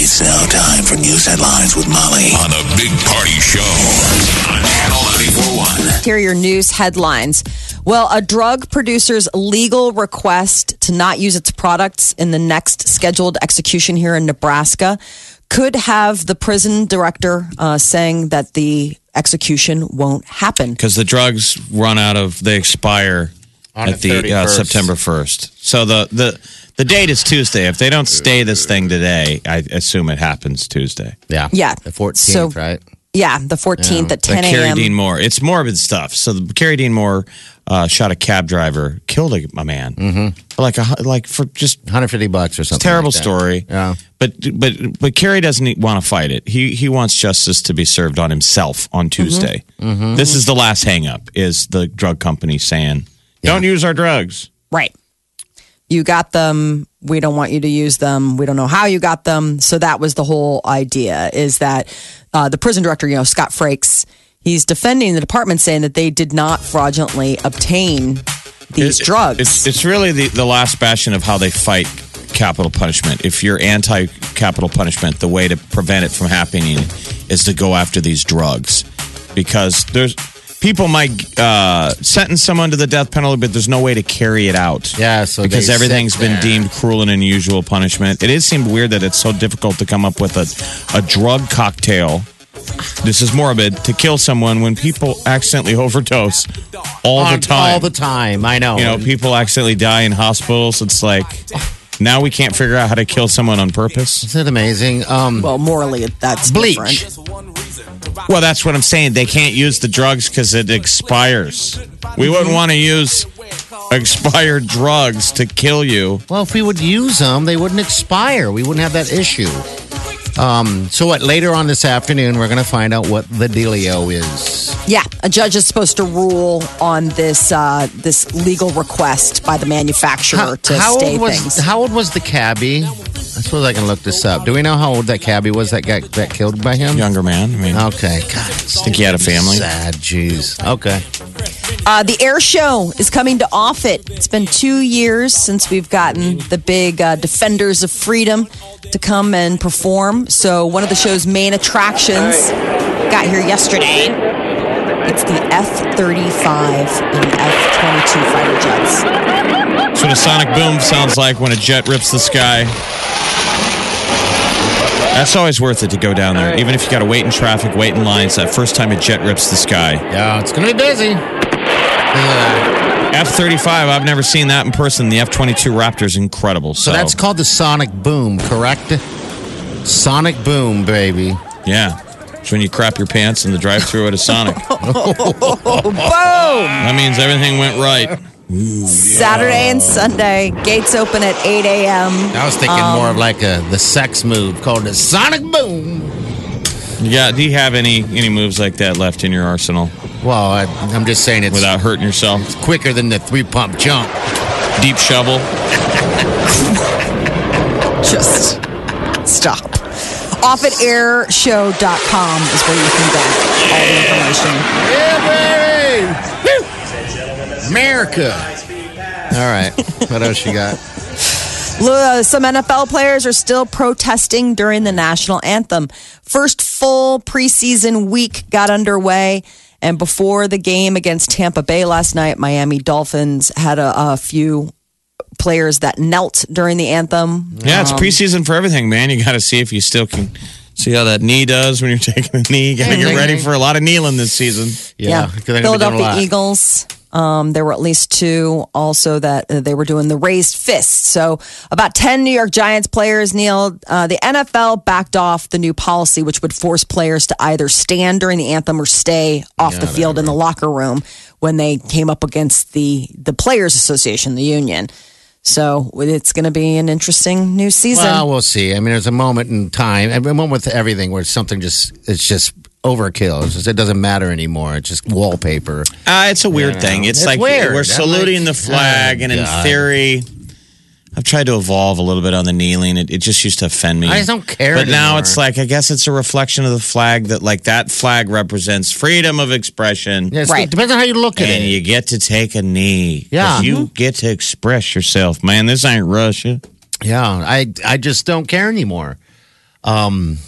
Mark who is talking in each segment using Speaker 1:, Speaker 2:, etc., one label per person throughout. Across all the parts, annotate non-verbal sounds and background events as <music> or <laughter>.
Speaker 1: It's now time for news headlines with Molly on a big party show on Channel 941.
Speaker 2: Here are your news headlines. Well, a drug producer's legal request to not use its products in the next scheduled execution here in Nebraska could have the prison director uh, saying that the execution won't happen.
Speaker 3: because the drugs run out of they expire
Speaker 4: On
Speaker 3: at
Speaker 4: the
Speaker 3: the uh,
Speaker 4: 31st.
Speaker 3: September first. So the the the date is Tuesday. If they don't stay this thing today, I assume it happens Tuesday.
Speaker 4: Yeah.
Speaker 2: Yeah.
Speaker 4: The 14th,
Speaker 2: So-
Speaker 4: right?
Speaker 2: Yeah, the 14th at
Speaker 3: The
Speaker 2: 10
Speaker 3: Carrie
Speaker 2: a.m.
Speaker 3: Dean Moore. It's morbid stuff. So the Carrie Dean Moore uh, shot a cab driver, killed a, a man, mm-hmm. like a hu- like for just
Speaker 4: 150 bucks or something.
Speaker 3: terrible
Speaker 4: like that.
Speaker 3: story.
Speaker 4: Yeah.
Speaker 3: But but but Kerry doesn't want to fight it. He he wants justice to be served on himself on Tuesday.
Speaker 4: Mm-hmm.
Speaker 3: This is the last hang up is the drug company saying, "Don't use our drugs."
Speaker 2: Right. You got them. We don't want you to use them. We don't know how you got them. So that was the whole idea is that uh, the prison director, you know, Scott Frakes, he's defending the department saying that they did not fraudulently obtain these
Speaker 3: It-
Speaker 2: drugs.
Speaker 3: It's it's really the, the last bastion of how they fight capital punishment. If you're anti capital punishment, the way to prevent it from happening is to go after these drugs because there's people might uh, sentence someone to the death penalty, but there's no way to carry it out.
Speaker 4: Yeah, so they
Speaker 3: because
Speaker 4: sit
Speaker 3: everything's been
Speaker 4: there.
Speaker 3: deemed cruel and unusual punishment. It is seemed weird that it's so difficult to come up with a a drug cocktail. This is morbid to kill someone when people accidentally overdose all
Speaker 4: On-
Speaker 3: the time
Speaker 4: All the time. I know.
Speaker 3: you know, people accidentally die in hospitals. It's like now we can't figure out how to kill someone on purpose.
Speaker 4: Isn't it amazing? Um,
Speaker 2: well, morally, that's
Speaker 4: bleach.
Speaker 2: different.
Speaker 3: Well, that's what I'm saying. They can't use the drugs because it expires. We wouldn't want to use expired drugs to kill you.
Speaker 4: Well, if we would use them, they wouldn't expire. We wouldn't have that issue. Um, so what? Later on this afternoon, we're going to find out what the dealio is.
Speaker 2: Yeah, a judge is supposed to rule on this uh, this legal request by the manufacturer to stay
Speaker 4: old was
Speaker 2: things.
Speaker 4: how old was the cabbie? I suppose I can look this up. Do we know how old that cabbie was that got that killed by him?
Speaker 3: Younger man. I mean,
Speaker 4: Okay, God, it's
Speaker 3: think he had a family.
Speaker 4: Sad, jeez. Okay,
Speaker 2: Uh, the air show is coming to Offutt. It's been two years since we've gotten the big uh, Defenders of Freedom to come and perform. So, one of the show's main attractions got here yesterday. It's the F 35 and F 22 fighter jets.
Speaker 3: That's what a sonic boom sounds like when a jet rips the sky. That's always worth it to go down there, even if you got to wait in traffic, wait in lines. That first time a jet rips the sky.
Speaker 4: yeah, it's gonna be busy. Look at that.
Speaker 3: F thirty five. I've never seen that in person. The F twenty two Raptor is incredible. So,
Speaker 4: So that's called the sonic boom, correct? Sonic boom, baby.
Speaker 3: yeah. It's when you crap your pants in the drive through at a Sonic.
Speaker 2: Boom!
Speaker 3: that means everything went right.
Speaker 2: Saturday and Sunday. Gates open at 8 a.m.
Speaker 4: I was thinking more of like a the sex move called the sonic boom.
Speaker 3: Yeah. Do you have any any moves like that left in your arsenal
Speaker 4: Well, I, I'm just saying it's
Speaker 3: without hurting yourself?
Speaker 4: quicker than the three pump jump.
Speaker 3: Deep shovel.
Speaker 2: Just stop. OffitAirShow.com is where you can get all the information.
Speaker 4: Yeah, baby. Woo. America. All right. What else you
Speaker 2: <laughs>
Speaker 4: got?
Speaker 2: Uh, Some NFL players are still protesting during the national anthem. First full preseason week got underway. And before the game against Tampa Bay last night, Miami Dolphins had a, a few players that knelt during the anthem.
Speaker 3: Yeah, it's preseason for everything, man. You got to see if you still can. See how that knee does when you're <laughs> taking a knee. You gotta get ready for a lot of kneeling this season.
Speaker 2: Philadelphia Eagles. Um, there were at least two also that uh, they were doing the raised fists. So about 10 New York Giants players kneeled. Uh, the NFL backed off the new policy, which would force players to either stand during the anthem or stay off the field in the locker room when they came up against the, the Players Association, the union. So it's going to be an interesting new season.
Speaker 4: Well, we'll see. I mean, there's a moment in time, a moment with everything where something just it's just overkill. It's just, it doesn't matter anymore. It's just wallpaper.
Speaker 3: Uh, it's a weird thing. It's,
Speaker 4: It's
Speaker 3: like
Speaker 4: weird.
Speaker 3: we're
Speaker 4: I'm
Speaker 3: saluting
Speaker 4: like,
Speaker 3: the flag,
Speaker 4: oh,
Speaker 3: and in
Speaker 4: God.
Speaker 3: theory, I've tried to evolve a little bit on the kneeling. It, it just used to offend me.
Speaker 4: I just don't care
Speaker 3: But now
Speaker 4: anymore.
Speaker 3: it's like I guess it's a reflection of the flag that like that flag represents freedom of expression.
Speaker 4: Yeah, it's-
Speaker 2: Right.
Speaker 4: It depends on how you look at
Speaker 3: And
Speaker 4: it.
Speaker 3: you get to take a knee. 'Cause
Speaker 4: Yeah. Mm-hmm.
Speaker 3: You get to express yourself. Man, this ain't Russia.
Speaker 4: Yeah, I I just don't care anymore. Um,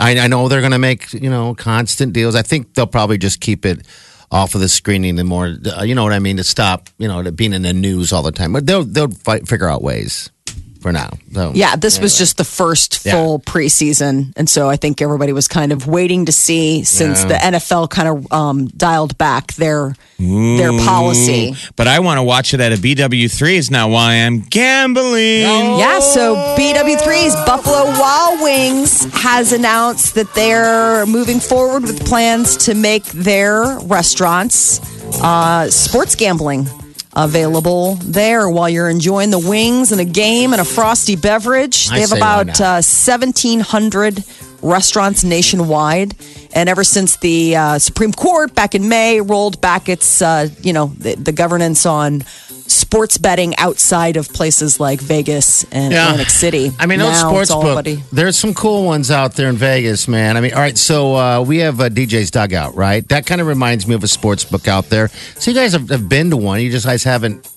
Speaker 4: I, I know they're going to make you know constant deals. I think they'll probably just keep it off of the screening and more. Uh, you know what I mean? To stop you know to being in the news all the time. But they'll they'll fi figure out ways for now. So,
Speaker 2: Yeah, this was just the first
Speaker 4: Yeah.
Speaker 2: full preseason, and so I think everybody was kind of waiting to see since the NFL kind of um, dialed back their their policy.
Speaker 3: But I want to watch it at a BW3 is not why I'm gambling.
Speaker 2: Yeah, so BW3's Buffalo Wild Wings has announced that they're moving forward with plans to make their restaurants uh, sports gambling available there while you're enjoying the wings and a game and a frosty beverage.
Speaker 4: I
Speaker 2: They have
Speaker 4: say why
Speaker 2: about
Speaker 4: not?
Speaker 2: uh, 1,700 restaurants nationwide. And ever since the uh, Supreme Court back in May rolled back its, uh, you know, the, the governance on sports betting outside of places like Vegas and Atlantic City.
Speaker 4: I mean, those
Speaker 2: Now
Speaker 4: sports
Speaker 2: it's all
Speaker 4: book.
Speaker 2: buddy-
Speaker 4: There's some cool ones out there in Vegas, man. I mean, all right. So uh, we have uh, DJ's dugout, right? That kind of reminds me of a sports book out there. So you guys have, have been to one. You just guys haven't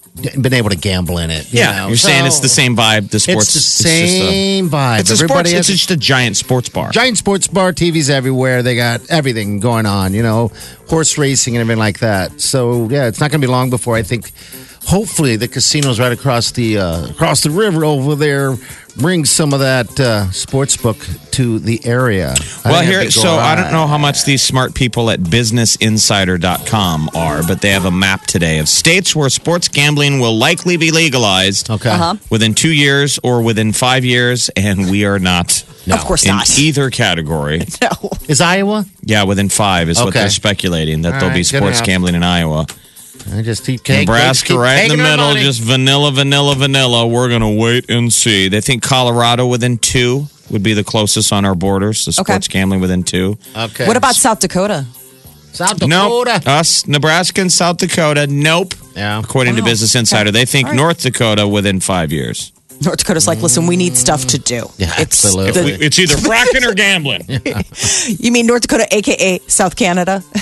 Speaker 4: been able to gamble in it. you
Speaker 3: Yeah.
Speaker 4: know?
Speaker 3: You're saying it's the
Speaker 4: So-
Speaker 3: same vibe. The
Speaker 4: It's uh,
Speaker 3: sports
Speaker 4: the
Speaker 3: just a-
Speaker 4: same vibe.
Speaker 3: It's a
Speaker 4: Everybody
Speaker 3: sports,
Speaker 4: has
Speaker 3: it's just a giant sports bar.
Speaker 4: giant sports bar, TVs everywhere. They got everything going on, you know, horse racing and everything like that. So yeah, it's not going to be long before I think. Hopefully, the casinos right across the uh, across the river over there bring some of that uh, sports book to the area. I
Speaker 3: well,
Speaker 4: think that'd
Speaker 3: here,
Speaker 4: be
Speaker 3: so I don't
Speaker 4: great.
Speaker 3: know how much these smart people at businessinsider.com are, but they have a map today of states where sports gambling will likely be legalized
Speaker 4: Okay.
Speaker 2: Uh-huh.
Speaker 3: within two years or within five years, and we are not
Speaker 2: Of course
Speaker 3: in
Speaker 2: not.
Speaker 3: either category.
Speaker 2: <laughs> No.
Speaker 4: Is Iowa?
Speaker 3: Yeah, within five is what
Speaker 4: Okay.
Speaker 3: they're speculating that
Speaker 4: All
Speaker 3: there'll be
Speaker 4: right, good
Speaker 3: sports
Speaker 4: enough.
Speaker 3: gambling in Iowa.
Speaker 4: I just keep cake,
Speaker 3: Nebraska
Speaker 4: keep
Speaker 3: right in the
Speaker 4: taking our
Speaker 3: middle,
Speaker 4: money.
Speaker 3: just vanilla, vanilla, vanilla. We're going to wait and see. They think Colorado within two would be the closest on our border, so
Speaker 2: Okay. Uh,
Speaker 3: sports gambling within two.
Speaker 4: okay.
Speaker 2: What about South Dakota?
Speaker 4: South
Speaker 3: Nope.
Speaker 4: Dakota?
Speaker 3: Us, Nebraska and South Dakota. Nope.
Speaker 4: Yeah.
Speaker 3: According to
Speaker 2: Wow.
Speaker 3: Business
Speaker 2: Oh,
Speaker 3: Insider,
Speaker 2: Okay.
Speaker 3: they think
Speaker 2: All right.
Speaker 3: North Dakota within five years.
Speaker 2: North Dakota's like, listen, we need stuff to do.
Speaker 4: Mm. Yeah,
Speaker 2: It's
Speaker 4: absolutely.
Speaker 2: the-
Speaker 3: It's either fracking
Speaker 2: <laughs>
Speaker 3: or gambling.
Speaker 2: you mean North Dakota, aka South Canada? <laughs>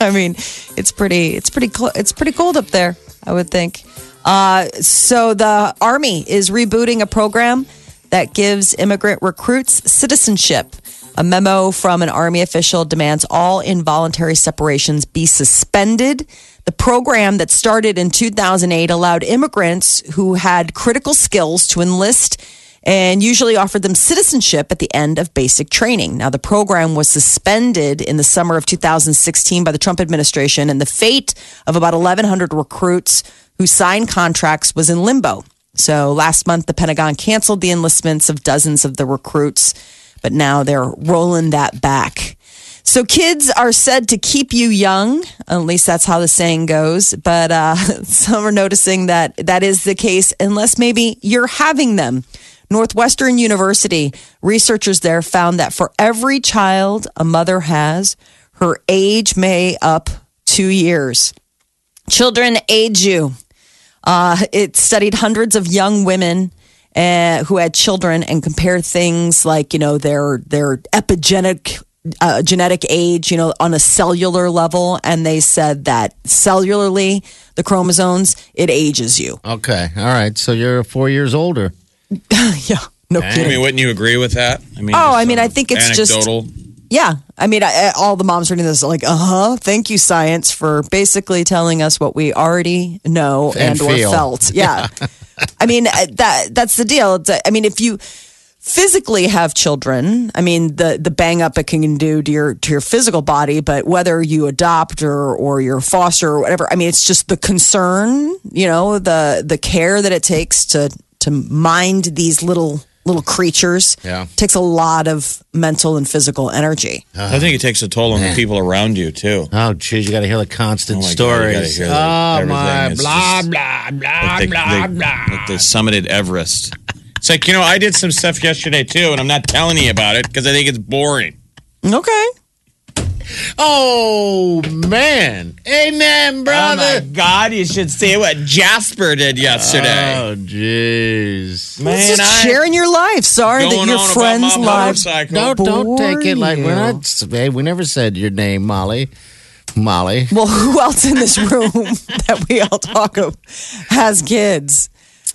Speaker 2: I mean, it's pretty, it's pretty, cl- it's pretty cold up there. I would think. Uh, so the Army is rebooting a program that gives immigrant recruits citizenship. A memo from an Army official demands all involuntary separations be suspended. The program that started in 2008 allowed immigrants who had critical skills to enlist and usually offered them citizenship at the end of basic training. Now, the program was suspended in the summer of 2016 by the Trump administration, and the fate of about 1,100 recruits who signed contracts was in limbo. So, last month, the Pentagon canceled the enlistments of dozens of the recruits, but now they're rolling that back. So kids are said to keep you young. At least that's how the saying goes. But uh, <laughs> some are noticing that that is the case, unless maybe you're having them. Northwestern University researchers there found that for every child a mother has, her age may up two years. Children age you. Uh, it studied hundreds of young women uh, who had children and compared things like you know their their epigenetic uh, genetic age, you know, on a cellular level, and they said that cellularly, the chromosomes it ages
Speaker 4: <laughs>
Speaker 2: you.
Speaker 4: Okay. All right. So you're four years older.
Speaker 2: yeah, no
Speaker 3: I
Speaker 2: kidding.
Speaker 3: mean, wouldn't you agree with that? I mean,
Speaker 2: Oh,
Speaker 3: just
Speaker 2: I mean,
Speaker 3: on
Speaker 2: I
Speaker 3: a
Speaker 2: think it's just-
Speaker 3: anecdotal.
Speaker 2: Yeah, I mean, I, I- all the moms reading this are like, uh huh. Thank you, science, for basically telling us what we already know and,
Speaker 4: And
Speaker 2: or
Speaker 4: feel.
Speaker 2: felt.
Speaker 4: <laughs>
Speaker 2: Yeah, I mean I- that that's the deal. It's, uh, I mean, if you physically have children, I mean, the the bang up it can do to your to your physical body, but whether you adopt or or you're foster or whatever, I mean, it's just the concern, you know, the the care that it takes to to mind these little little creatures.
Speaker 4: Yeah.
Speaker 2: Takes a lot of mental and physical energy.
Speaker 3: I think it takes a toll on the people around you too.
Speaker 4: Oh, geez, you got to hear the constant
Speaker 3: Oh my God, you gotta
Speaker 4: stories.
Speaker 3: hear the-
Speaker 4: oh
Speaker 3: everything.
Speaker 4: my,
Speaker 3: It's
Speaker 4: blah
Speaker 3: just-
Speaker 4: blah blah
Speaker 3: Like they,
Speaker 4: blah
Speaker 3: they-
Speaker 4: blah.
Speaker 3: like they summited Everest. It's like you know, I did some stuff yesterday too, and I'm not telling you about it because I think it's boring.
Speaker 2: Okay.
Speaker 4: Oh man,
Speaker 3: Oh,
Speaker 4: amen, brother.
Speaker 3: God, you should see what Jasper did yesterday.
Speaker 4: Oh, jeez.
Speaker 2: It's
Speaker 3: Man,
Speaker 2: just
Speaker 3: I-
Speaker 2: sharing your life. Sorry that
Speaker 3: Going
Speaker 2: your
Speaker 3: on about
Speaker 2: friends'
Speaker 3: my
Speaker 2: lives.
Speaker 3: motorcycle.
Speaker 4: No, don't take it like we're
Speaker 2: you.
Speaker 4: not. Hey, we never said your name, Molly. Molly.
Speaker 2: Well, <laughs> who else in this room <laughs> that we all talk of has kids?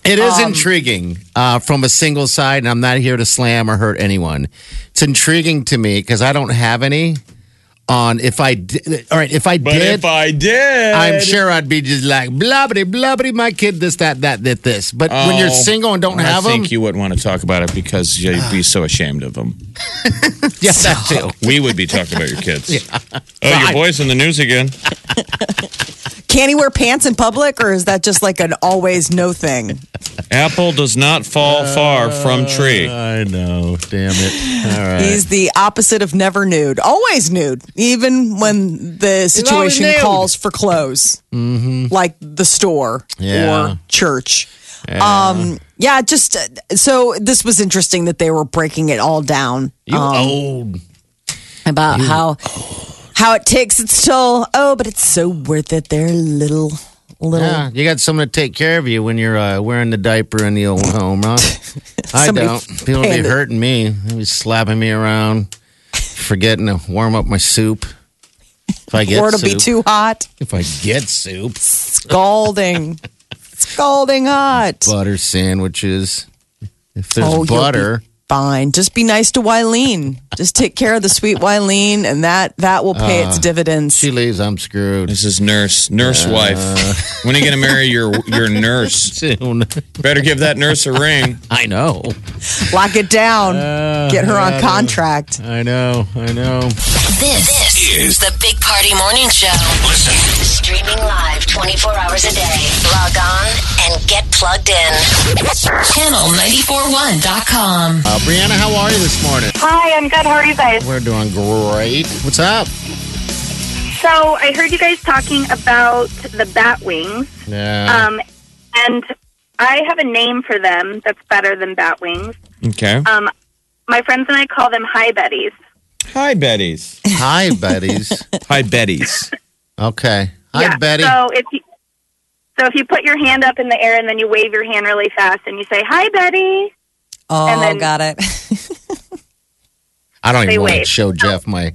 Speaker 4: It is intriguing uh, from a single side, and I'm not here to slam or hurt anyone. It's intriguing to me because I don't have any. On if I did, all right, if I
Speaker 3: But
Speaker 4: did,
Speaker 3: if I did,
Speaker 4: I'm sure I'd be just like blubbity blubbity, my kid, this, that, that, that, this. But when you're
Speaker 3: Oh,
Speaker 4: single and don't
Speaker 3: I
Speaker 4: have them,
Speaker 3: think you wouldn't want to talk about it because you'd be so ashamed of them.
Speaker 4: yes, that too.
Speaker 3: We would be talking about your
Speaker 4: <laughs>
Speaker 3: kids. Oh, your boy's in the news again.
Speaker 2: Can he wear pants in public, or is that just like an always no thing?
Speaker 3: Apple does not fall far from tree.
Speaker 4: I know. Damn it. All right.
Speaker 2: He's the opposite of never nude, always nude, even when the situation
Speaker 4: always nude.
Speaker 2: calls for clothes, mm-hmm. like the store
Speaker 4: Yeah.
Speaker 2: or church. Yeah. Um, yeah, just uh, so this was interesting that they were breaking it all down
Speaker 4: You
Speaker 2: um,
Speaker 4: old.
Speaker 2: about how how it takes its toll. Oh, but it's so worth it. They're little, little.
Speaker 4: Yeah, you got someone to take care of you when you're uh, wearing the diaper in the old home,
Speaker 2: <laughs>
Speaker 4: huh? I
Speaker 2: Somebody
Speaker 4: don't. People be
Speaker 2: handed-
Speaker 4: hurting me. They be slapping me around, forgetting to warm up my soup. If I get
Speaker 2: or it'll
Speaker 4: soup,
Speaker 2: be too hot.
Speaker 4: if I get soup, <laughs>
Speaker 2: Scalding. Scalding hot.
Speaker 4: butter sandwiches. If there's
Speaker 2: Oh, you'll be
Speaker 4: butter,
Speaker 2: Fine. Just be nice to Wileen. Just take care of the sweet Wileen, and that that will pay its dividends.
Speaker 4: Uh, she leaves. I'm screwed.
Speaker 3: This is nurse, nurse
Speaker 4: Uh.
Speaker 3: wife. When are you going to marry your your nurse?
Speaker 4: <laughs> Soon.
Speaker 3: Better give that nurse a ring.
Speaker 4: I know.
Speaker 2: Lock it down.
Speaker 4: <laughs>
Speaker 2: Get her on
Speaker 4: Uh, yeah,
Speaker 2: contract.
Speaker 4: I know. I know.
Speaker 5: This, is the Big Party Morning Show. Listen. Streaming live 24 hours a day. Log on and get plugged in. Channel941.com.
Speaker 4: Uh, Brianna, how are you this morning?
Speaker 6: Hi, I'm good. How are you guys?
Speaker 4: We're doing great. What's up?
Speaker 6: So I heard you guys talking about the bat wings,
Speaker 4: Yeah.
Speaker 6: um, and I have a name for them that's better than bat wings.
Speaker 3: Okay.
Speaker 6: Um, my friends and I call them high betties.
Speaker 3: Hi, Betty's.
Speaker 4: Hi, buddies.
Speaker 3: Hi, Betty's.
Speaker 4: Okay. Hi,
Speaker 6: yeah,
Speaker 4: Betty.
Speaker 6: So if you, so if you put your hand up in the air and then you wave your hand really fast and you say hi Betty,
Speaker 2: Oh,
Speaker 6: And then-
Speaker 2: got it.
Speaker 4: I don't even
Speaker 6: They
Speaker 4: want to
Speaker 6: wave.
Speaker 4: show Jeff my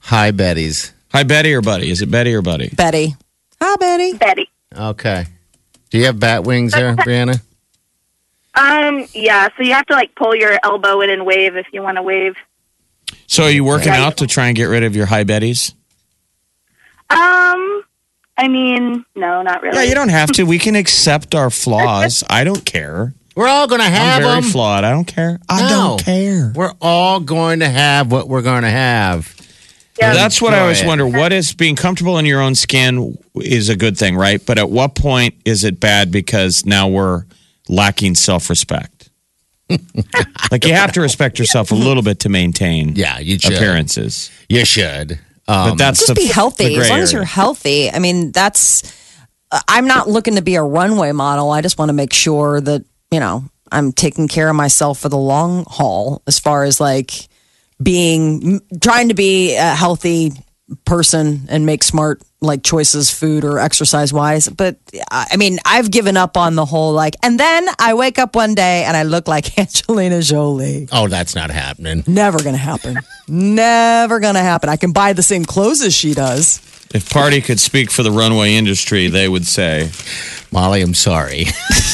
Speaker 4: hi Betty's.
Speaker 3: Hi, Betty or Buddy? Is it Betty or Buddy?
Speaker 2: Betty. Hi, Betty.
Speaker 6: Betty.
Speaker 4: Okay. Do you have bat wings there, Brianna?
Speaker 6: Um, yeah. So you have to like pull your elbow in and wave if you want to wave.
Speaker 3: So, are you working out to try and get rid of your high Betty's?
Speaker 6: Um, I mean, no, not really.
Speaker 3: Yeah, you don't have to. We can accept our flaws. I don't care.
Speaker 4: We're all going to
Speaker 3: I'm
Speaker 4: have
Speaker 3: very
Speaker 4: them.
Speaker 3: flawed. I don't care. I
Speaker 4: No.
Speaker 3: don't care.
Speaker 4: We're all going to have what we're going to have.
Speaker 6: Yeah.
Speaker 3: That's what I always
Speaker 4: Enjoy it.
Speaker 3: wonder. What is being comfortable in your own skin is a good thing, right? But at what point is it bad because now we're lacking self
Speaker 4: <laughs>
Speaker 3: respect? like you have to respect yourself a little bit to maintain
Speaker 4: Yeah, you should.
Speaker 3: appearances.
Speaker 4: You should. Uh,
Speaker 3: but that's
Speaker 2: Just
Speaker 3: the,
Speaker 2: be healthy.
Speaker 3: the
Speaker 2: As
Speaker 3: gray
Speaker 2: long as you're
Speaker 3: area.
Speaker 2: healthy. I mean, that's. uh, I'm not looking to be a runway model. I just want to make sure that you know I'm taking care of myself for the long haul. As far as like being trying to be a healthy person and make smart like choices food or exercise wise but uh, i I mean i've given up on the whole like and then i wake up one day and i look like <laughs> angelina jolie
Speaker 4: Oh, that's not happening.
Speaker 2: never gonna happen never gonna happen i can buy the same clothes as she does
Speaker 3: If party could speak for the runway industry, they would say
Speaker 4: Molly, I'm sorry.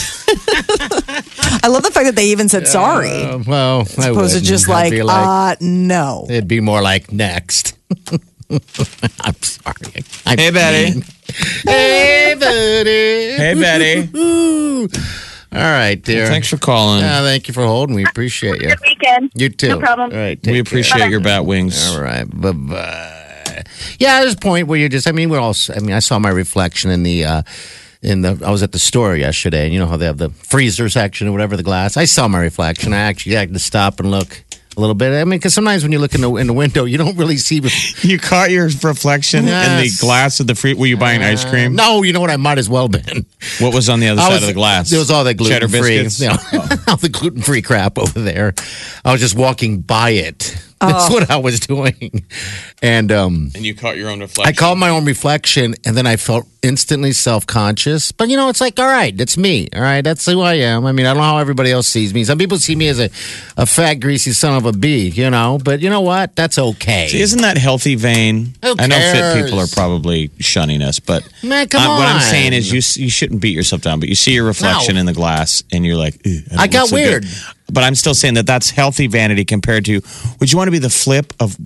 Speaker 4: <laughs>
Speaker 2: I love the fact that they even said sorry.
Speaker 4: Uh, well, I
Speaker 2: Opposed to
Speaker 4: wouldn't.
Speaker 2: just
Speaker 4: I'd
Speaker 2: like,
Speaker 4: be
Speaker 2: uh, no.
Speaker 4: it'd be more like next. <laughs> I'm sorry. I'm
Speaker 3: Hey, Betty.
Speaker 4: mean. Hey, Betty.
Speaker 3: Hey Betty.
Speaker 4: Ooh. All right, dear.
Speaker 3: Thanks for calling.
Speaker 4: Yeah, thank you for holding. We appreciate you.
Speaker 6: Good weekend.
Speaker 4: You too.
Speaker 6: No problem.
Speaker 4: All right.
Speaker 3: we
Speaker 4: take
Speaker 3: appreciate your bat wings.
Speaker 4: care. All right. Bye bye. Yeah, there's a point where you just, I mean, we're all, I mean, I saw my reflection in the, uh, in the I was at the store yesterday, and you know how they have the freezer section or whatever the glass. I saw my reflection. I actually had to stop and look a little bit. I mean, because sometimes when you look in the in the window, you don't really see.
Speaker 3: You caught your reflection in the
Speaker 4: Yes. Uh,
Speaker 3: glass of the free. Were you buying ice cream?
Speaker 4: No, you know what? I might as well been.
Speaker 3: What was on the other
Speaker 4: I
Speaker 3: side
Speaker 4: was-
Speaker 3: of the glass?
Speaker 4: It was all that gluten
Speaker 3: Cheddar
Speaker 4: free.
Speaker 3: biscuits.
Speaker 4: <laughs> Yeah, all the gluten free crap over there. I was just walking by it. That's what I was doing, and um,
Speaker 3: <laughs> And you caught your own reflection.
Speaker 4: I called my own reflection, and then I felt instantly self conscious. But you know, it's like, all right, that's me. All right, that's who I am. I mean, I don't know how everybody else sees me. Some people see me as a, a fat, greasy son of a bee. You know, but you know what? That's okay.
Speaker 3: See, isn't that healthy, Vane?
Speaker 4: Who
Speaker 3: I know fit
Speaker 4: cares?
Speaker 3: people are probably shunning us, but
Speaker 4: Man, come
Speaker 3: I'm- what I'm
Speaker 4: on.
Speaker 3: saying is you s- you shouldn't beat yourself down. But you see your reflection
Speaker 4: No.
Speaker 3: in the glass, and you're like, "Ew,
Speaker 4: I
Speaker 3: don't
Speaker 4: got
Speaker 3: look so good."
Speaker 4: weird.
Speaker 3: But I'm still saying that that's healthy vanity compared to would you want to be the flip of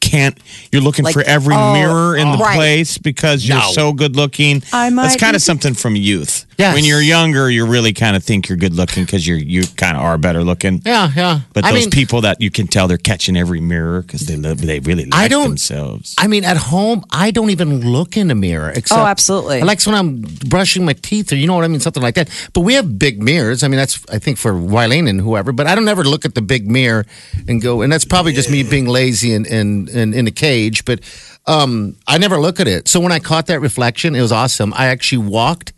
Speaker 3: can't you're looking
Speaker 2: Like,
Speaker 3: for every
Speaker 2: oh,
Speaker 3: mirror in the
Speaker 2: right.
Speaker 3: place because you're
Speaker 4: No.
Speaker 3: so good looking.
Speaker 2: I
Speaker 3: that's
Speaker 2: might
Speaker 3: kind
Speaker 2: be-
Speaker 3: of something from youth.
Speaker 4: Yes.
Speaker 3: When you're younger, you really kind of think you're good looking because you're you kind of are better looking.
Speaker 4: yeah, yeah.
Speaker 3: But
Speaker 4: I
Speaker 3: those
Speaker 4: mean-
Speaker 3: people that you can tell they're catching every mirror because they love, they really like
Speaker 4: I don't-
Speaker 3: themselves.
Speaker 4: I mean, at home, I don't even look in a mirror. Except
Speaker 2: Oh, absolutely.
Speaker 4: Like when I'm brushing my teeth, or you know what I mean, something like that. But we have big mirrors. I mean, that's I think for Wileen and whoever. But I don't ever look at the big mirror and go. And that's probably just me being lazy and and, and in a cage. But um, I never look at it. So when I caught that reflection, it was awesome. I actually walked,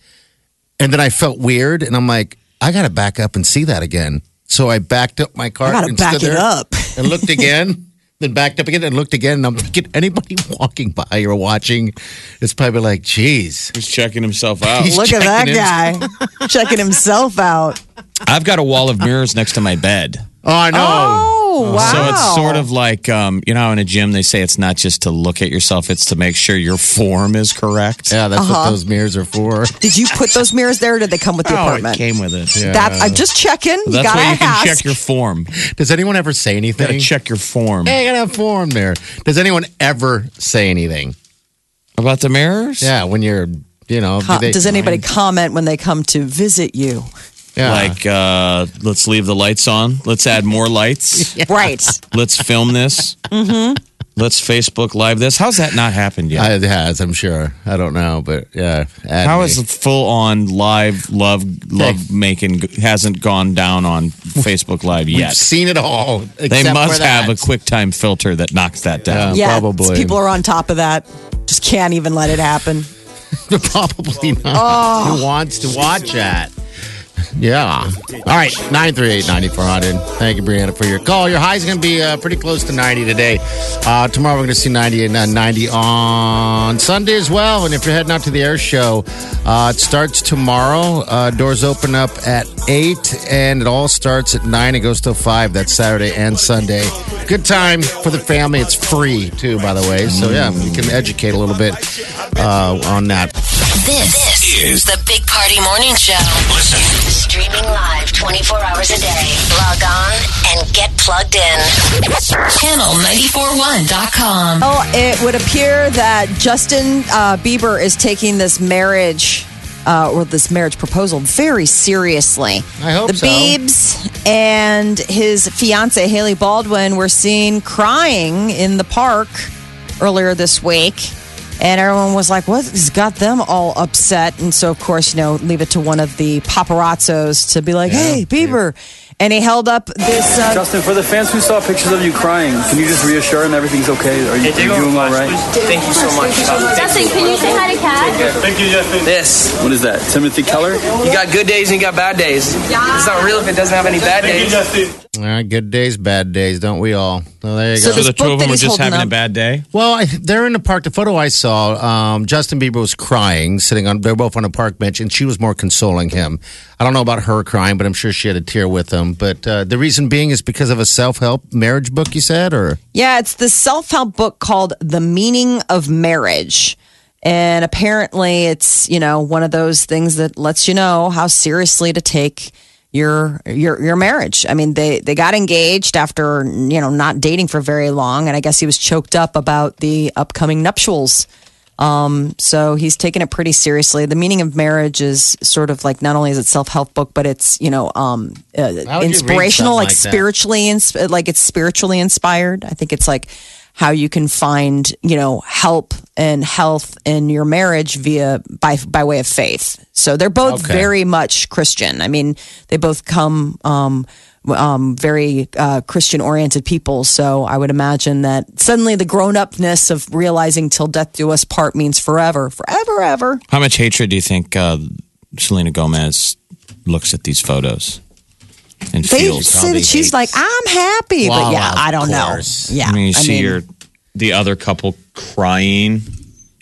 Speaker 4: and then I felt weird, and I'm like, I gotta back up and see that again. So I backed up my car.
Speaker 2: I gotta
Speaker 4: and
Speaker 2: back
Speaker 4: stood
Speaker 2: it
Speaker 4: there
Speaker 2: up.
Speaker 4: and
Speaker 2: <laughs>
Speaker 4: looked again, then backed up again and looked again. And I'm thinking, anybody <laughs> walking by or watching is probably like, geez.
Speaker 3: He's checking himself out.
Speaker 4: He's checking
Speaker 3: <laughs>
Speaker 4: his-
Speaker 2: guy checking himself out.
Speaker 3: I've got a wall of mirrors next to my bed.
Speaker 4: Oh, I know.
Speaker 2: Oh, wow.
Speaker 3: So it's sort of like, um, you know, how in a gym they say it's not just to look at yourself, it's to make sure your form is correct.
Speaker 4: Yeah, that's
Speaker 3: Uh-huh.
Speaker 4: what those mirrors are for. <laughs>
Speaker 2: Did you put those mirrors there or did they come with the
Speaker 3: Oh, it
Speaker 2: apartment?
Speaker 3: came with it.
Speaker 2: That I'm just checking. you
Speaker 3: That's
Speaker 2: gotta
Speaker 3: why you can
Speaker 2: ask.
Speaker 3: check your form. You
Speaker 4: Does anyone ever say
Speaker 3: gotta
Speaker 4: anything?
Speaker 3: check your form.
Speaker 4: Hey, I got a form there. Does anyone ever say anything?
Speaker 3: About the mirrors?
Speaker 4: Yeah, when you're, you know, do
Speaker 2: Co-
Speaker 4: they-
Speaker 2: Does anybody comment when they come to visit
Speaker 3: <laughs>
Speaker 2: you?
Speaker 4: yeah.
Speaker 3: Like, uh, let's leave the lights on. Let's add more <laughs> lights.
Speaker 2: Right.
Speaker 3: Let's film this. Mm-hmm. Let's Facebook Live this. How's that not happened yet?
Speaker 4: I- it has, I'm sure. I don't know, but yeah. add
Speaker 3: How
Speaker 4: me.
Speaker 3: is full on live love love making g- hasn't gone down on Facebook Live
Speaker 4: We've
Speaker 3: yet?
Speaker 4: seen it all.
Speaker 3: They
Speaker 4: except
Speaker 3: must
Speaker 4: for
Speaker 3: have a uh,
Speaker 4: that.
Speaker 3: QuickTime filter that knocks that down.
Speaker 2: Yeah.
Speaker 4: Probably.
Speaker 2: People are on top of that. Just can't even let it happen.
Speaker 4: <laughs> Probably not. Who wants to watch that? Yeah. All right, 938 9400. Thank you, Brianna, for your call. Your high's going to be uh, pretty close to 90 today. Uh, tomorrow, we're going to see 90 and uh, 90 on Sunday as well. And if you're heading out to the air show, uh, it starts tomorrow. Uh, doors open up at 8, and it all starts at 9. It goes till 5. That's Saturday and Sunday. Good time for the family. It's free, too, by the way. So, yeah, you can educate a little bit uh, on that.
Speaker 5: This, is the Big Party Morning Show. Listen. Streaming live 24 hours a day. Log on and get plugged in. Channel941.com.
Speaker 4: Um,
Speaker 2: Oh, it would appear that Justin uh, Bieber is taking this marriage uh, or this marriage proposal very seriously.
Speaker 4: I hope
Speaker 2: the
Speaker 4: so.
Speaker 2: Biebs and his fiance Haley Baldwin were seen crying in the park earlier this week. And everyone was like, what has got them all upset? And so, of course, you know, leave it to one of the paparazzos to be like, hey, Bieber. And he held up this. Uh,
Speaker 7: Justin, for the fans who saw pictures of you crying, can you just reassure them everything's okay? Are you, are you doing all right?
Speaker 8: Thank you so much.
Speaker 9: Justin, can you say hi to Kat?
Speaker 8: Thank you, Justin. This.
Speaker 7: What is that? Timothy Keller?
Speaker 8: You got good days and you got bad days. It's not real if it doesn't have any bad days.
Speaker 4: All right, good days, bad days, don't we all? So there you
Speaker 2: So
Speaker 4: go.
Speaker 3: So
Speaker 2: this
Speaker 3: the two
Speaker 2: book
Speaker 3: of
Speaker 2: that
Speaker 3: them were
Speaker 2: he's
Speaker 3: just
Speaker 2: holding
Speaker 3: having a
Speaker 2: up-
Speaker 3: bad day.
Speaker 4: well, I, they're in the park. The photo I saw, um, Justin Bieber was crying, sitting on. They're both on a park bench, and she was more consoling him. I don't know about her crying, but I'm sure she had a tear with him. But uh, the reason being is because of a self help marriage book, you said, or
Speaker 2: Yeah, it's the self help book called The Meaning of Marriage. And apparently, it's you know one of those things that lets you know how seriously to take your your your marriage. I mean, they they got engaged after you know not dating for very long, and I guess he was choked up about the upcoming nuptials. Um, so he's taking it pretty seriously. The meaning of marriage is sort of like not only is it self help book, but it's you know um, uh,
Speaker 4: How would you read
Speaker 2: inspirational, like,
Speaker 4: something like that?
Speaker 2: spiritually, ins- like it's spiritually inspired. I think it's like how you can find, you know, help and health in your marriage via by by way of faith. So they're both
Speaker 4: Okay.
Speaker 2: very much Christian. I mean, they both come um, um, very uh, Christian oriented people. So I would imagine that suddenly the grown upness of realizing till death do us part means forever, forever, ever.
Speaker 3: How much hatred do you think uh, Selena Gomez looks at these photos and
Speaker 2: They
Speaker 3: feels? how
Speaker 2: say
Speaker 3: they
Speaker 2: that she's
Speaker 3: hate?
Speaker 2: like, I'm happy,
Speaker 4: Well,
Speaker 2: but yeah,
Speaker 4: of
Speaker 2: I don't
Speaker 4: course.
Speaker 2: know. Yeah,
Speaker 3: I mean, you
Speaker 2: I
Speaker 3: see
Speaker 2: mean-
Speaker 3: your the other couple crying.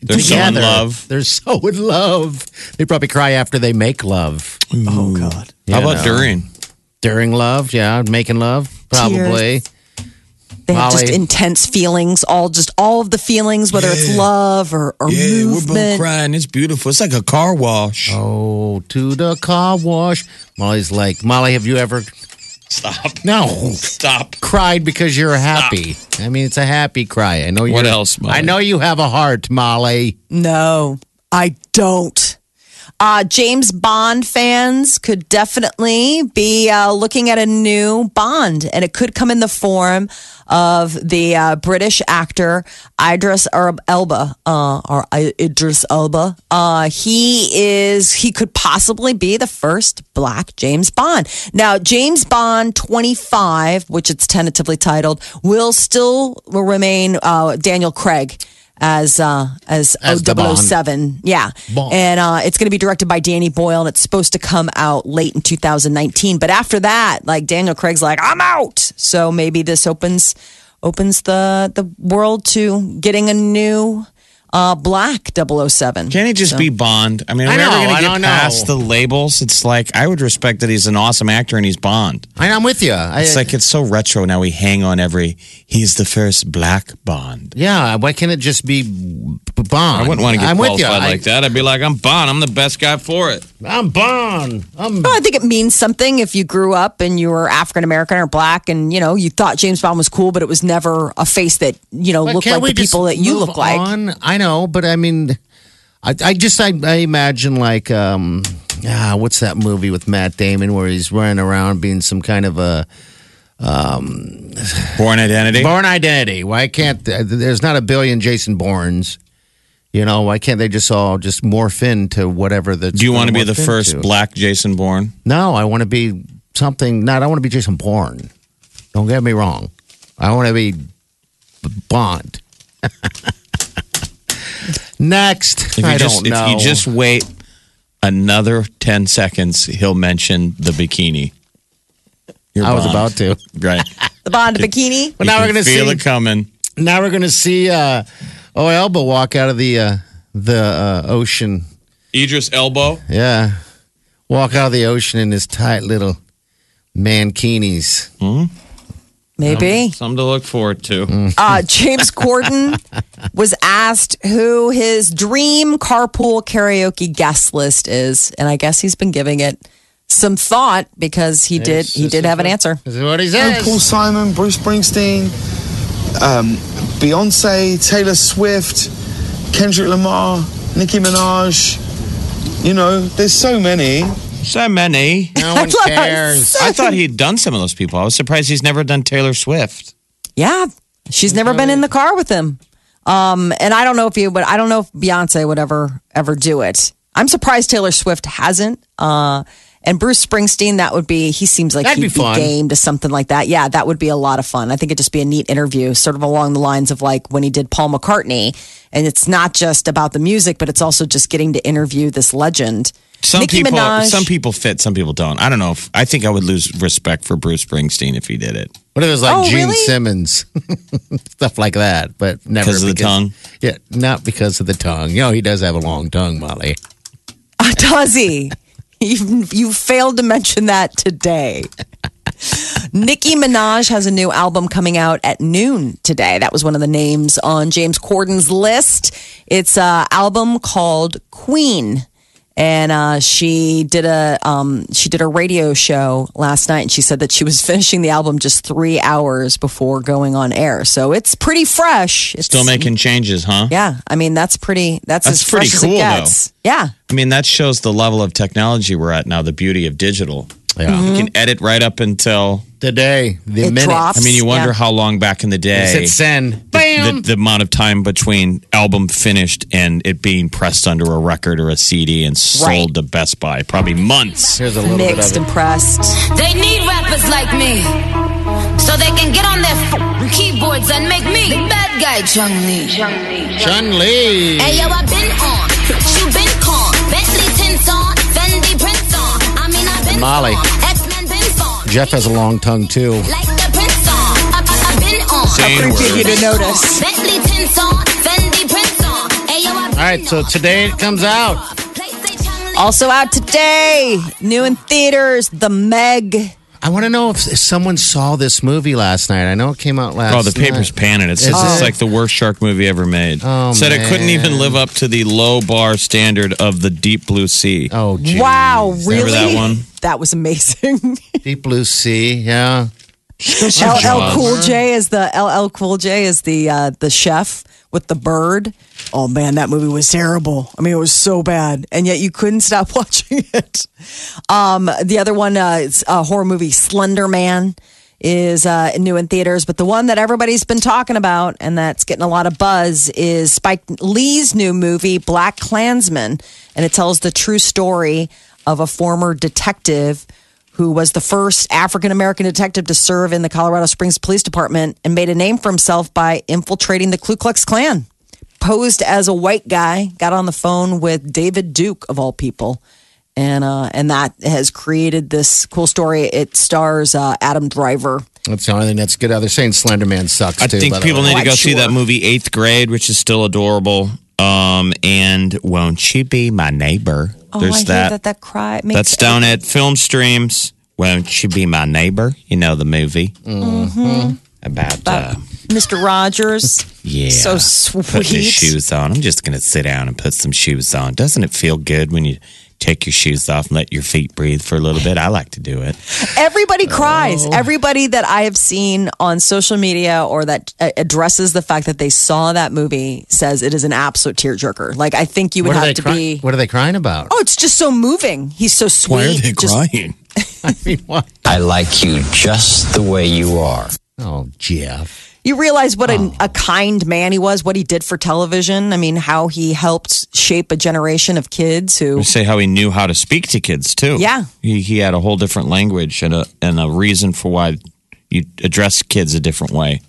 Speaker 3: They're so in
Speaker 4: Together.
Speaker 3: love.
Speaker 4: They're so in love. They probably cry after they make love.
Speaker 2: Oh God.
Speaker 3: How
Speaker 4: You
Speaker 3: about
Speaker 4: know.
Speaker 3: during?
Speaker 4: During love, yeah, making love, probably.
Speaker 2: They have just
Speaker 4: Molly.
Speaker 2: intense feelings, all just all of the feelings, whether it's love or, or movement.
Speaker 3: crying. It's beautiful. It's like a car wash.
Speaker 4: Oh, to the car wash. Molly's like, Molly, have you ever
Speaker 3: Stop.
Speaker 4: no
Speaker 3: Stop.
Speaker 4: cried because you're happy? I mean, it's a happy cry. I know you.
Speaker 3: What else, Molly?
Speaker 4: I know you have a heart, Molly.
Speaker 2: No, I don't. Uh, James Bond fans could definitely be uh, looking at a new Bond, and it could come in the form of the uh, British actor Idris Ar- Elba, uh, or I- Idris Elba. Uh, he is he could possibly be the first Black James Bond. Now, James Bond 25, which it's tentatively titled, will still remain uh, Daniel Craig as uh, as,
Speaker 4: As the Bond.
Speaker 2: 007. Yeah.
Speaker 4: Bond.
Speaker 2: And uh, it's going to be directed by Danny Boyle, and it's supposed to come out late in 2019. But after that, like Daniel Craig's like, I'm out. So maybe this opens opens the the world to getting a new uh, black 007.
Speaker 3: Can't he just be Bond? I mean, are
Speaker 4: I
Speaker 3: we ever
Speaker 4: know,
Speaker 3: going
Speaker 4: I
Speaker 3: to get
Speaker 4: don't know.
Speaker 3: past the labels? It's like I would respect that he's an awesome actor and he's Bond.
Speaker 4: I, I'm with you. I,
Speaker 3: It's like it's so retro now. We hang on every. He's the first Black Bond.
Speaker 4: yeah. Why can't it just be B- Bond?
Speaker 3: I wouldn't want to get
Speaker 4: I'm with you.
Speaker 3: qualified
Speaker 4: I-
Speaker 3: like that. I'd be like, I'm Bond. I'm the best guy for it.
Speaker 4: I'm Bond. I'm
Speaker 2: Well, I think it means something if you grew up and you were African American or black, and you know you thought James Bond was cool, but it was never a face that you know
Speaker 4: But
Speaker 2: looked like
Speaker 4: can't we
Speaker 2: the
Speaker 4: just
Speaker 2: people that you
Speaker 4: move
Speaker 2: look like.
Speaker 4: on? I know, but I mean, I, I just I, I imagine like um, ah, what's that movie with Matt Damon where he's running around being some kind of a
Speaker 3: Born Identity.
Speaker 4: Born Identity. Why can't uh, th- there's not a billion Jason Bournes? You know, why can't they just all just morph into whatever the?
Speaker 3: Do you want to be the first Black Jason Bourne?
Speaker 4: No, I want to be something. Not I want to be Jason Bourne. Don't get me wrong. I want to be B- Bond. <laughs>
Speaker 3: If
Speaker 4: Next,
Speaker 3: you
Speaker 4: I
Speaker 3: just,
Speaker 4: don't know.
Speaker 3: If you just wait another 10 seconds, he'll mention the bikini. You're
Speaker 4: I was
Speaker 3: Bond.
Speaker 4: about to. <laughs>
Speaker 3: Right.
Speaker 2: The Bond bikini.
Speaker 4: But now
Speaker 3: You
Speaker 4: we're
Speaker 3: can
Speaker 4: gonna
Speaker 3: feel
Speaker 4: see.
Speaker 3: it coming.
Speaker 4: now we're gonna see. Uh, oh, Elba walk out of the uh, the uh, ocean.
Speaker 3: Idris Elbow.
Speaker 4: Yeah, walk out of the ocean in his tight little mankinis.
Speaker 2: Maybe
Speaker 3: Something to look forward to.
Speaker 2: uh, James Corden was asked who his dream carpool karaoke guest list is, and I guess he's been giving it some thought because he did he did have an answer.
Speaker 4: This is what he
Speaker 3: Oh,
Speaker 4: says.
Speaker 7: Paul Simon, Bruce Springsteen, um, Beyonce, Taylor Swift, Kendrick Lamar, Nicki Minaj. You know, there's so many.
Speaker 3: So many.
Speaker 2: <laughs>
Speaker 4: No one
Speaker 2: love how
Speaker 4: cares.
Speaker 3: I thought he'd done some of those people. I was surprised he's never done Taylor Swift.
Speaker 2: Yeah, she's never been in the car with him. Um, and I don't know if you, but I don't know if Beyonce would ever ever do it. I'm surprised Taylor Swift hasn't. Uh, and Bruce Springsteen, that would be. He seems like
Speaker 4: That'd
Speaker 2: he'd
Speaker 4: be fun.
Speaker 2: game to something like that. Yeah, that would be a lot of fun. I think it'd just be a neat interview, sort of along the lines of like when he did Paul McCartney. And it's not just about the music, but it's also just getting to interview this legend.
Speaker 3: Some
Speaker 2: Nicki
Speaker 3: people
Speaker 2: Minaj.
Speaker 3: some people fit, some people don't. I don't know if I think I would lose respect for Bruce Springsteen if he did it.
Speaker 4: What if it was like
Speaker 2: Oh,
Speaker 4: Gene
Speaker 2: really?
Speaker 4: Simmons, <laughs> stuff like that? But never
Speaker 3: 'Cause of the tongue?
Speaker 4: Yeah, not because of the tongue. You know, he does have a long tongue, Molly.
Speaker 2: <laughs> Uh, does he? You, you failed to mention that today. Nicki Minaj has a new album coming out at noon today. That was one of the names on James Corden's list. It's an album called Queen. And uh, she did a um, she did a radio show last night, and she said that she was <laughs> finishing the album just three hours before going on air. So it's pretty fresh. It's,
Speaker 3: Still making changes, huh?
Speaker 2: yeah. I mean, that's pretty. That's, as
Speaker 3: That's
Speaker 2: fresh
Speaker 3: pretty
Speaker 2: as
Speaker 3: cool,
Speaker 2: it gets. Yeah.
Speaker 3: I mean, that shows the level of technology we're at now, the beauty of digital.
Speaker 2: Mm-hmm.
Speaker 4: Yeah.
Speaker 3: You can edit right up until
Speaker 4: Today, the
Speaker 2: It
Speaker 4: minute.
Speaker 2: drops.
Speaker 3: I mean, you wonder
Speaker 2: Yeah.
Speaker 3: how long back in the
Speaker 4: It's
Speaker 3: day
Speaker 4: at send.
Speaker 3: the the, the amount of time between album finished and it being pressed under a record or a CD and sold
Speaker 2: Right.
Speaker 3: to Best Buy. Probably months.
Speaker 4: Here's a
Speaker 2: Mixed and pressed.
Speaker 9: They need rappers like me. So they can get on their f- keyboards and make me the bad guy, Chung Lee.
Speaker 4: Chun Li.
Speaker 9: Hey yo, I've been on. You been con. Bentley tints on. Fendi prints on. I mean, I've been
Speaker 4: Molly.
Speaker 9: on. X-Men been on.
Speaker 4: Jeff has a long tongue too.
Speaker 9: Like the prints on. I- I- I've been on.
Speaker 4: Same I appreciate you to
Speaker 9: Been on.
Speaker 2: notice.
Speaker 9: Bentley tints on. Fendi prints on. Hey yo, I've
Speaker 4: All right, so today it comes out.
Speaker 2: Also out today, new in theaters, The Meg.
Speaker 4: I want to know if, if someone saw this movie last night. I know it came out last.
Speaker 3: Oh, the paper's
Speaker 4: night.
Speaker 3: panning. It says
Speaker 4: Is
Speaker 3: it's
Speaker 4: it?
Speaker 3: like the worst shark movie ever made.
Speaker 4: Oh,
Speaker 3: Said it couldn't
Speaker 4: man.
Speaker 3: even live up to the low bar standard of the deep blue sea.
Speaker 4: Oh, geez.
Speaker 2: Wow,
Speaker 3: Remember
Speaker 2: really?
Speaker 3: that one?
Speaker 2: That was
Speaker 3: <laughs>
Speaker 2: amazing.
Speaker 4: Deep Blue Sea. Yeah.
Speaker 2: LL
Speaker 4: Jaws.
Speaker 2: Cool J is the LL Cool J is the uh, the chef with the bird. Oh man, that movie was terrible. I mean, it was so bad, and yet you couldn't stop <laughs> watching it. Um, the other one, uh, it's a horror movie, Slender Man, is uh, new in theaters. But the one that everybody's been talking about and that's getting a lot of buzz is Spike Lee's new movie, Black Klansman, and it tells the true story of a former detective who was the first African American detective to serve in the Colorado Springs Police Department and made a name for himself by infiltrating the Ku Klux Klan. Posed as a white guy, got on the phone with David Duke of all people, and uh, and that has created this cool story. It stars uh, Adam Driver.
Speaker 4: That's the only thing that's good. They're saying Slender Man sucks
Speaker 3: I
Speaker 4: too. by
Speaker 3: think
Speaker 4: the
Speaker 3: people
Speaker 4: way.
Speaker 3: need to go
Speaker 2: Quite
Speaker 3: see that
Speaker 2: sure.
Speaker 3: movie Eighth Grade, which is still adorable. Um, and won't you be my neighbor?
Speaker 2: Oh, I
Speaker 3: There's
Speaker 2: hear
Speaker 3: that.
Speaker 2: that that cry. It makes
Speaker 3: That's down at Film Streams. Won't you be my neighbor? You know the movie
Speaker 2: Mm-hmm.
Speaker 3: about uh,
Speaker 2: Mr. Rogers.
Speaker 3: <laughs> yeah.
Speaker 2: so
Speaker 3: Put your
Speaker 2: sweet.
Speaker 3: shoes on. I'm just gonna sit down and put some shoes on. Doesn't it feel good when you take your shoes off and let your feet breathe for a little bit? I like to do it.
Speaker 2: Everybody cries. Everybody that I have seen on social media or that uh, addresses the fact that they saw that movie says it is an absolute tearjerker. Like I think you would
Speaker 4: What are, they
Speaker 2: have to
Speaker 4: cry-
Speaker 2: be.
Speaker 4: what are they
Speaker 2: <laughs>
Speaker 4: crying about?
Speaker 2: Oh, it's just so moving. He's so sweet. Just-
Speaker 3: crying?
Speaker 4: I mean, what?
Speaker 10: I like you just the way you are.
Speaker 4: Oh, Jeff.
Speaker 2: You realize what
Speaker 3: Oh.
Speaker 2: an, a kind man he was, what he did for television. I mean, how he helped shape a generation of kids who.
Speaker 3: Say how he knew how to speak to kids too.
Speaker 2: Yeah.
Speaker 3: he, he had a whole different language and a and a reason for why you address kids a different way.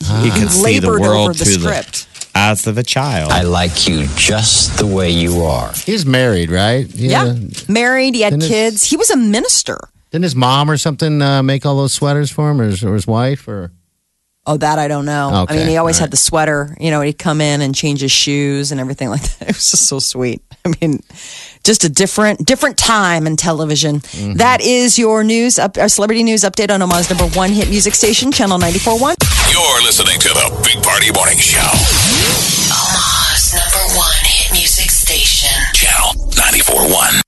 Speaker 3: He could see the
Speaker 2: labored
Speaker 3: world
Speaker 2: over the
Speaker 3: through
Speaker 2: script.
Speaker 3: the eyes of a child.
Speaker 10: I like you just the way you are.
Speaker 4: He's married, right? He had
Speaker 2: Yeah.
Speaker 4: a-
Speaker 2: Married, he had
Speaker 4: And it's-
Speaker 2: kids. He was a minister.
Speaker 4: Didn't his mom or something uh, make all those sweaters for him, or his, or his wife, or
Speaker 2: Oh, that I don't know. I mean,
Speaker 4: Okay,
Speaker 2: he always
Speaker 4: all
Speaker 2: had the sweater. You know, he'd come in and change his shoes and everything like that. <laughs> It was just so sweet. I mean, just a different different time in television.
Speaker 3: Mm-hmm.
Speaker 2: That is your news up, our celebrity news update on Omaha's number one hit music station, Channel 94.1.
Speaker 1: You're listening to the Big Party Morning Show.
Speaker 5: Omaha's number one hit music station.
Speaker 1: Channel 94.1.